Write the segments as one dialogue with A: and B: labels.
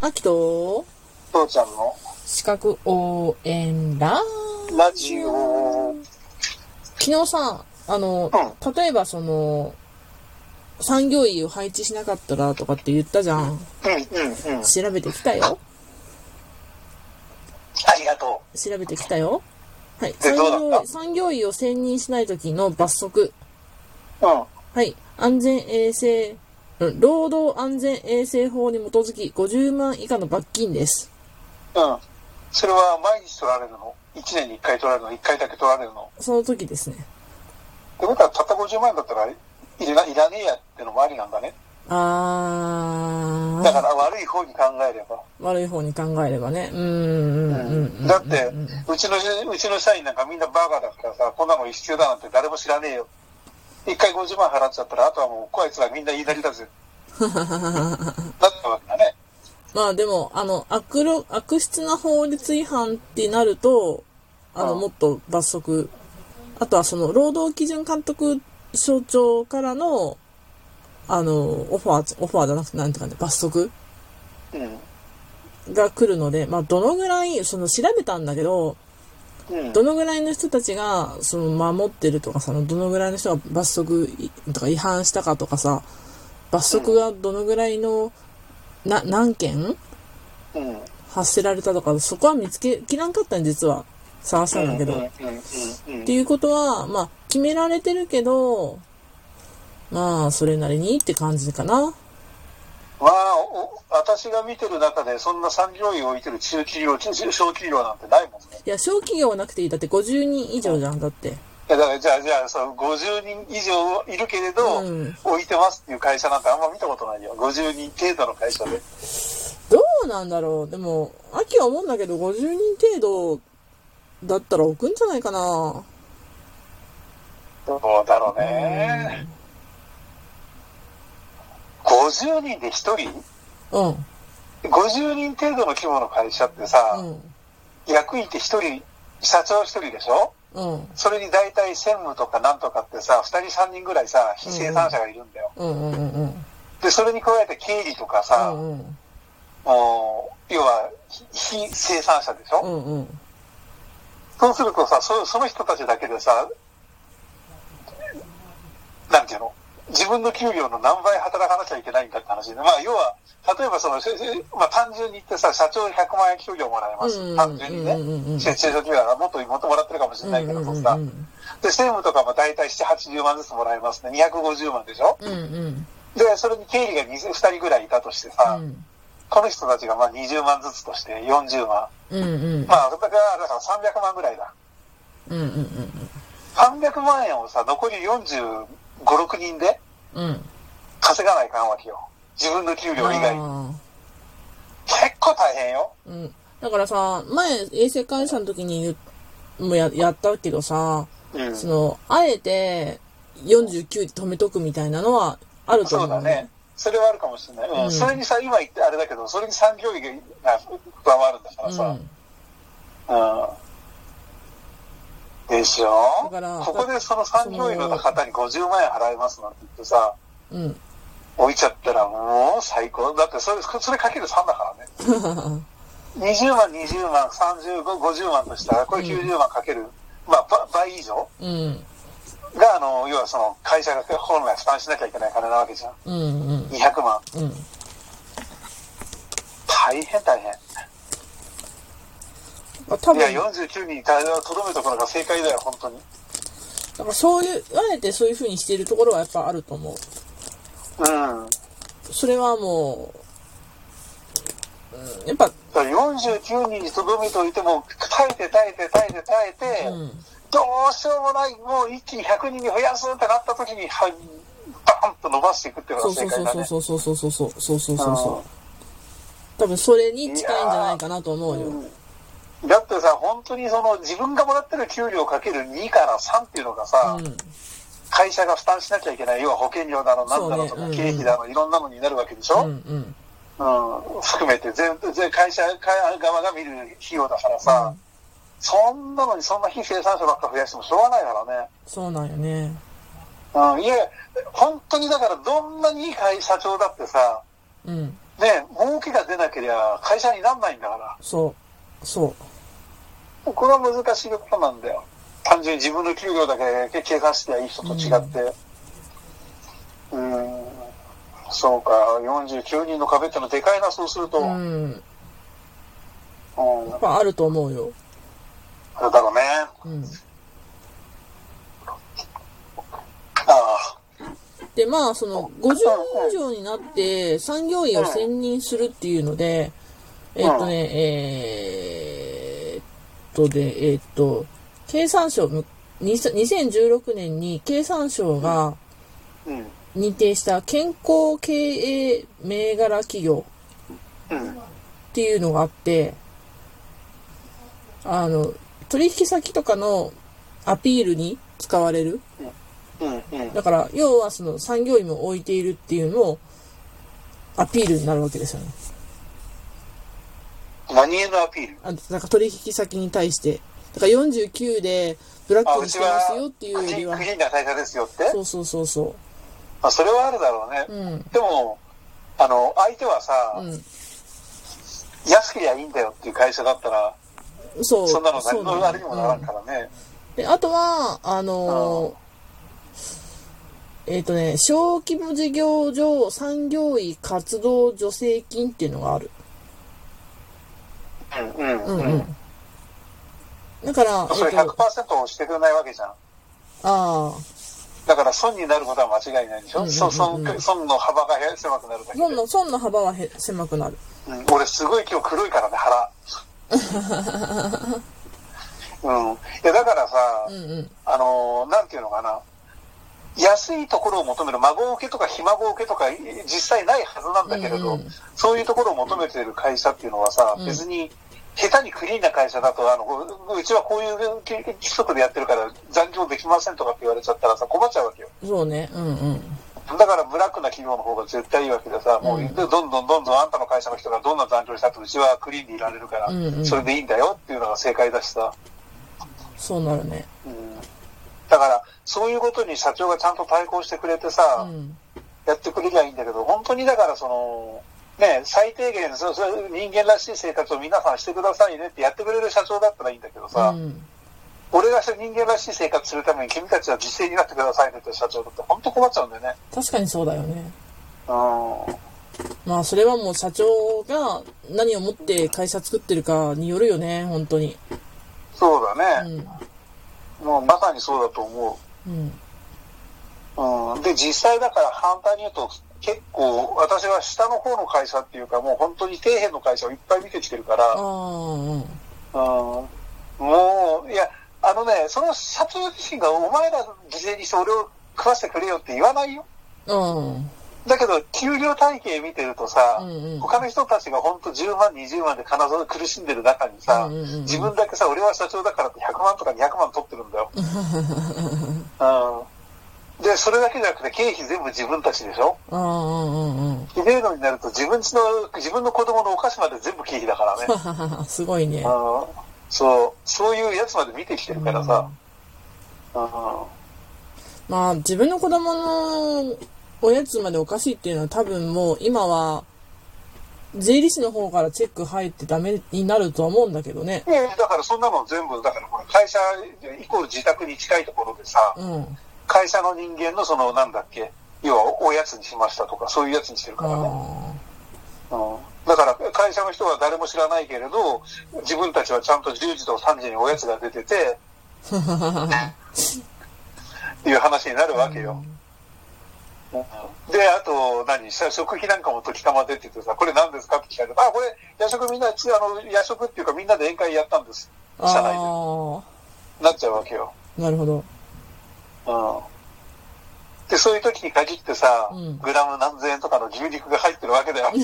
A: 秋と
B: 父ちゃんの
A: 資格応援ラー
B: ラジオ。
A: 昨日さ、あの、例えばその、産業医を配置しなかったらとかって言ったじゃん。
B: うんうんうん。
A: 調べてきたよ。
B: ありがと
A: 調べてきたよ。はい。
B: え
A: 産
B: どうだった
A: 業医産業医を選任しない時の罰則。
B: う。うん。
A: はい。安全衛生、うん労働安全衛生法に基づき50万以下の罰金です。
B: うん。それは毎日取られるの ?1 年に1回取られるの ?1 回だけ取られるの
A: その時ですね。
B: ってことはたった50万円だったらいれないらねえやってのもありなんだね。
A: あー。
B: だから悪い方に考えれば。
A: 悪い方に考えればね。うーんうんうんうん。
B: だって、うちのじ、うちの社員なんかみんなバカだからさ、こんなもん必要だなんて誰も知らねえよ。一回50万払っちゃったら、あとはもう、こいつらみんな言いなりだ ぜ。だったわけだね。
A: まあでも、あの、悪ろ、悪質な法律違反ってなると、あの、
B: うん
A: もっと罰則。あとはその、労働基準監督省庁からの、あの、オファー、オファーじゃなくて、なんていうかね、罰則が来るので、まあどのぐらい、その、調べたんだけど、
B: うん。うん。
A: どのぐらいの人たちが、その、守ってるとかさ、どのぐらいの人が罰則いとか違反したかとかさ、罰則がどのぐらいの、な、何件
B: うん。
A: 発せられたとか、そこは見つけきらんかったん実は。探したんだけど。
B: うんうん
A: っ
B: うんうん
A: ていうことは、まあ、決められてるけど、まあ、それなりにって感じかな。
B: まあお私が見てる中でそんな産業医を置いてる中企業中小企業なんてないもんね
A: いや、小企業はなくていい。だって50人以上じゃん。だって。
B: いやだからじゃあじゃあその50人以上いるけれど、
A: うん
B: 置いてますっていう会社なんてあんま見たことないよ50人程度の会社で
A: どうなんだろう。でも、秋は思うんだけど、50人程度だったら置くんじゃないかな。
B: どうだろうね、50人で1人
A: うん。
B: 50人程度の規模の会社ってさ、
A: うん。
B: 役員って1人社長1人でしょ
A: うん。
B: それに大体専務とかなんとかってさ2人3人ぐらいさ非生産者がいるんだよ、
A: うんうんうんうん。
B: で、それに加えて経理とか
A: う
B: さ、
A: んうん。
B: もう、要は、ひ非生産者でしょ、
A: うんうん。
B: そうするとさそ、その人たちだけでさ、なんていうの自分の給料の何倍働かなきゃいけないんだって話で、まあ、要は、例えばその、せせまあ、単純に言ってさ、社長に100万円給料もらえます。
A: うんうん
B: 単純にね。
A: うんうんうん
B: 中小企業はもっと、もっともらってるかもしれないけど、そうさ。で、専務とかも大体7、80万ずつもらえますね。250万でしょ
A: うんうん。
B: で、それに経理が 2, 2人ぐらいいたとしてさ、
A: うん
B: この人たちがまあ20万ずつとして40万。
A: うんうん
B: まあ、だから、だから300万ぐらいだ。
A: うんうんうん
B: 300万円をさ、残り45、6人で
A: うんうん。
B: 稼がないかんわけよ。自分の給料以外。
A: あー
B: 結構大変よ。
A: うん。だからさ、前、衛生監査の時に言う、もうややったけどさ、
B: うん
A: その、あえて49で止めとくみたいなのはあると思
B: そう
A: う。
B: だね。。それはあるかもしれない。うん。
A: うん
B: それにさ、今言ってあれだけど、それに産業医が加わるんだからさ。
A: う
B: うん。でしょ
A: だから
B: ここでその産業医の方に50万円払いますなんて言ってさ、
A: ん。うん。
B: 置いちゃったらもう最高。だってそれ、それかける3だからね。20万、20万、35、50万としたら、これ90万かける、まあ、ば倍以上
A: うん。
B: が、あの、要はその、会社が本来負担しなきゃいけない金なわけじゃん。
A: うん。うん。
B: 200万。
A: うん。
B: 大変大変。
A: まあ、多分、
B: いや、49人に体をとどめとくのが正解だよ、本当に。
A: だからそういう、あえてそういう風にしているところはやっぱあると思う。
B: うん。
A: それはもう、うん、やっぱ、
B: だから49人にとどめといても、耐えて耐えて耐えて耐えて、
A: うん。
B: どうしようもない、もう一気に100人に増やすってなった時に、はい、バーンと伸ばしていくっていうの
A: そ
B: が
A: う
B: 正
A: そう
B: 解だね。
A: そうそうそうそうそうそうそうそうそう
B: う
A: そ
B: ん
A: う。多分それに近いんじゃないかなと思うよ。
B: だってさ、本当にその自分がもらってる給料かける2から3っていうのがさ、
A: うん。
B: 会社が負担しなきゃいけない、要は保険料だの、なんだのと
A: そう
B: か、
A: ね
B: 経費だの、いろんなのになるわけでし
A: う
B: ょ、
A: んうん。
B: うん含めて全、全会社会側が見る費用だからさ、そんなのにそんな非生産者ばっか増やしてもしょうがないからね。
A: そうなんよね。
B: うん、いや、本当にだからどんなにいい会社長だってさ、
A: うん。
B: もね、儲けが出なければ会社になんないんだから。
A: そう。そう。
B: これは難しいことなんだよ。単純に自分の給料だけ計算してはいい人と違って。うん、そうか、49人の壁ってのはでかいな、そうすると。う、
A: うんん。やっ
B: あ
A: ぱあると思うよ。
B: れだろうね。
A: うん。
B: ああ、
A: で、まあ、その、50人以上になって、産業医を選任するっていうので、えっとね、えーっとで、えーっと、経産省む、にさ2016年に経産省が
B: うん、
A: 認定した健康経営銘柄企業
B: うん、
A: っていうのがあって、あの、取引先とかのアピールに使われる。
B: うん、うん。
A: だから、要はその産業医も置いているっていうのをアピールになるわけですよね。
B: 何へのアピール
A: あなんか取引先に対して。だから49でブラッ
B: あ、
A: ク
B: う
A: にし
B: ち
A: て
B: は
A: ますよっていうよりは
B: ク。リーンな会社ですよって
A: そうそうそうそ
B: まあ、それはあるだろうね。
A: う。うん。
B: でも、あの、相手はさ、
A: う
B: 安けりゃいいんだよっていう会社だったら、
A: ん。そう。
B: そんなの
A: そ
B: 何
A: うな
B: のあれにもならん
A: うん
B: からね。
A: で、あとは、あのーえっ、とね、小規模事業所産業医活動助成金っていうのがある。
B: うん、
A: う
B: うんん、
A: う。
B: うんん。
A: だから、
B: それ
A: えっ、と、
B: 100%してくれないわけじゃん。
A: ああ、
B: だから損になることは間違いないでし
A: うん
B: ょ、
A: うんうん
B: そ損損の幅が狭くなるだけで
A: 損の、損の幅はへ狭くなる。
B: うん俺すごい今日黒いからね、 腹。うん。いや、だからさ、
A: うんうん。
B: あのーなんていうのかな。安いところを求める、孫受けとかひ孫受けとか、い実際ないはずなんだけれど、
A: うんうん
B: そういうところを求めてる会社っていうのはさ、
A: うん
B: 別に、下手にクリーンな会社だと、あの、ううちはこういう規則でやってるから残業できませんとかって言われちゃったらさ、困っちゃうわけよ。
A: そうね。うんうん。
B: だからブラックな企業の方が絶対いいわけでさ、もう
A: うん
B: どんどんどんどんあんたの会社の人がどんな残業したってうちはクリーンでいられるから、
A: うんうん
B: それでいいんだよっていうのが正解だしさ、
A: そうなるね。
B: うん、だからそういうことに社長がちゃんと対抗してくれてさ、
A: うん。
B: やってくれりゃいいんだけど、本当にだからその、ね、最低限そうそう人間らしい生活を皆さんしてくださいねってやってくれる社長だったらいいんだけどさ、
A: うん。
B: 俺が人間らしい生活するために君たちは実践になってくださいねって社長だって本当困っちゃうんだよね。
A: 確かにそうだよね。
B: うん
A: まあ、それはもう社長が何を持って会社作ってるかによるよね、本当に。
B: そうだ
A: う
B: ね。
A: ん。
B: もうまさにそうだと思
A: うん。
B: う。うん、で、実際だから反対に言うと、結構私は下の方の会社っていうか、もう本当に底辺の会社をいっぱい見てきてるか
A: ああ、
B: ら、
A: うん。
B: うん、もう、いや、あのね、その社長自身がお前ら犠牲にして俺を食わせてくれよって言わないよ。
A: うん。
B: だけど、給料体系見てるとさ、
A: うんうん
B: 他の人たちが本当10万、20万で金沢で苦しんでる中にさ、
A: うんうんうんうん
B: 自分だけさ、俺は社長だからって100万とか200万取ってるんだよ。 うん、で、それだけじゃなくて経費全部自分たちでしょ
A: ああ、うんうんうん。
B: ひでえのになると自分ちの、自分の子供のお菓子まで全部経費だからね。
A: はははは すごいね。
B: うん、そう、そういうやつまで見てきてるからさ。うん
A: まあ、自分の子供のおやつまでおかしいっていうのは多分もう今は、税理士の方からチェック入ってダメになるとは思うんだけどね。
B: いやいやだからそんなの全部、だからほら会社イコール自宅に近いところでさ、
A: うん。
B: 会社の人間のそのなんだっけ要はおやつにしましたとかそういうやつにしてる
A: あ
B: からね、
A: あ。
B: うん、だから会社の人は誰も知らないけれど自分たちはちゃんと10時と3時におやつが出て てっていう話になるわけよ、うんであと何社食費なんかも時たま出ててさこれ何ですかって聞かれてあこれ夜食みんなつあの夜食っていうかみんなで宴会やったんです
A: あ
B: 社内で
A: あ
B: なっちゃうわけよ、
A: ー。なるほど。
B: うんで、そういう時に限ってさ、
A: うん
B: グラム何千円とかの牛肉が入ってるわけだ よ。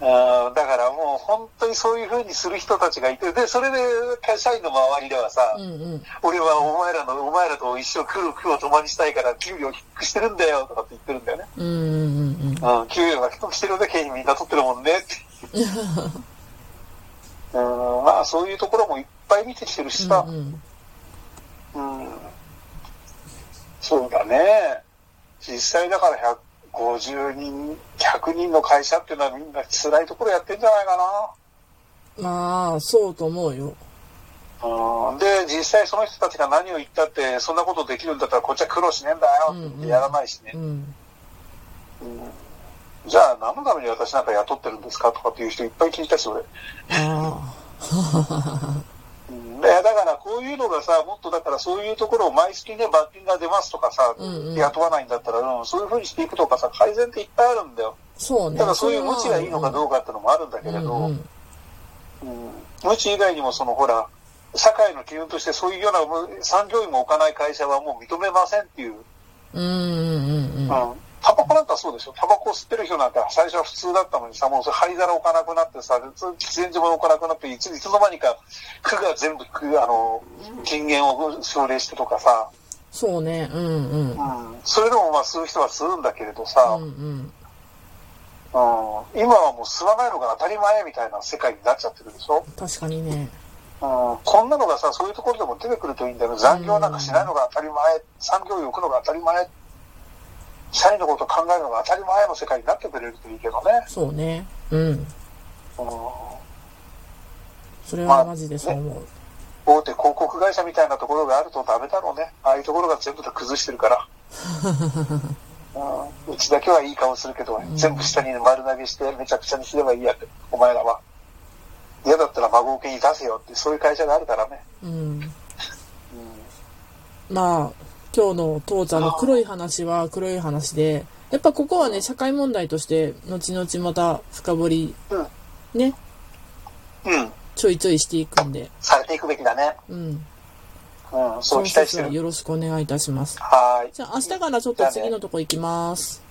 B: あーだからもう本当にそういう風にする人たちがいて、で、それで会社員の周りではさ、
A: うんうん。
B: 俺はお前らの、お前らと一生食う食うを共にしたいから給料低くしてるんだよとかって言ってるんだよね。
A: うんうんうんうん。
B: うん、給料が低くしてるんで経費みんな取ってるも んねって。うん、まあそういうところもいっぱい見てきてるしさ、
A: うんうん
B: うんそうだね。実際だから150人、100人の会社っていうのはみんな辛いところやってんじゃないか
A: まあ、そうと思うよ。
B: な。うん、で、実際その人たちが何を言ったって、そんなことできるんだったらこっちは苦労しねえんだよって言ってやらないしね
A: う。ん。
B: じゃあ何のために私なんか雇ってるんですかとかっていう人いっぱい聞いたし、俺。
A: あ
B: うんいやだからこういうのがさ、もっとだからそういうところを毎月ね、バッティングが出ますとかさ、
A: んうん
B: 雇わないんだったら、うん、そういうふうにしていくとかさ、改善っていっぱいあるんだよ。
A: あ、そうね。
B: ただそういう無知がいいのか
A: う
B: どうかってのもあるんだけれど、
A: んう
B: うん
A: ん
B: 無知以外にもそのほら、社会の基準としてそういうようなむ産業医も置かない会社はもう認めませんっていう。うん。
A: うんうんうん。
B: タバコなんかそうでしょタバコを吸ってる人なんて最初は普通だったのにさ、もうそれ灰皿置かなくなってさ、喫煙所も置かなくなって、いついつの間にか区が全部区、あの、禁煙を奨励してとかさ、
A: そうね。うんうん。
B: うん。そういうのもまあ吸う人は吸うんだけれどさ、
A: うんうん。
B: うん、今はもう吸わないのが当たり前みたいな世界になっちゃってるでしょ、
A: 確かにね。
B: うん、こんなのがさ、そういうところでも出てくるといいんだよ。残業なんかしないのが当たり前、産業医置くのが当たり前、社員のことを考えるのが当たり前の世界になってくれるといいけどね。
A: そうね。うん。
B: うん、
A: それはマジでそう思う。
B: 大手広告会社みたいなところがあるとダメだろうね。ああいうところが全部で崩してるから。うん、うちだけはいい顔するけど、全部下に丸投げしてめちゃくちゃにすればいいやって、お前らは。嫌だったら孫受けに出せよって、そういう会社があるからね。
A: うん。まあ、今日の父ちゃんの黒い話は黒い話で、やっぱここはね、社会問題として、後々また深掘り、ね、
B: うん。
A: ちょいちょいしていくんで、
B: されていくべきだね。
A: うん。
B: う
A: そ
B: ん、そう
A: の
B: 期待し
A: 説
B: て
A: は
B: る。
A: よろしくお願いいたします。
B: はーい。
A: じゃあ明日からちょっと次のとこ行きます。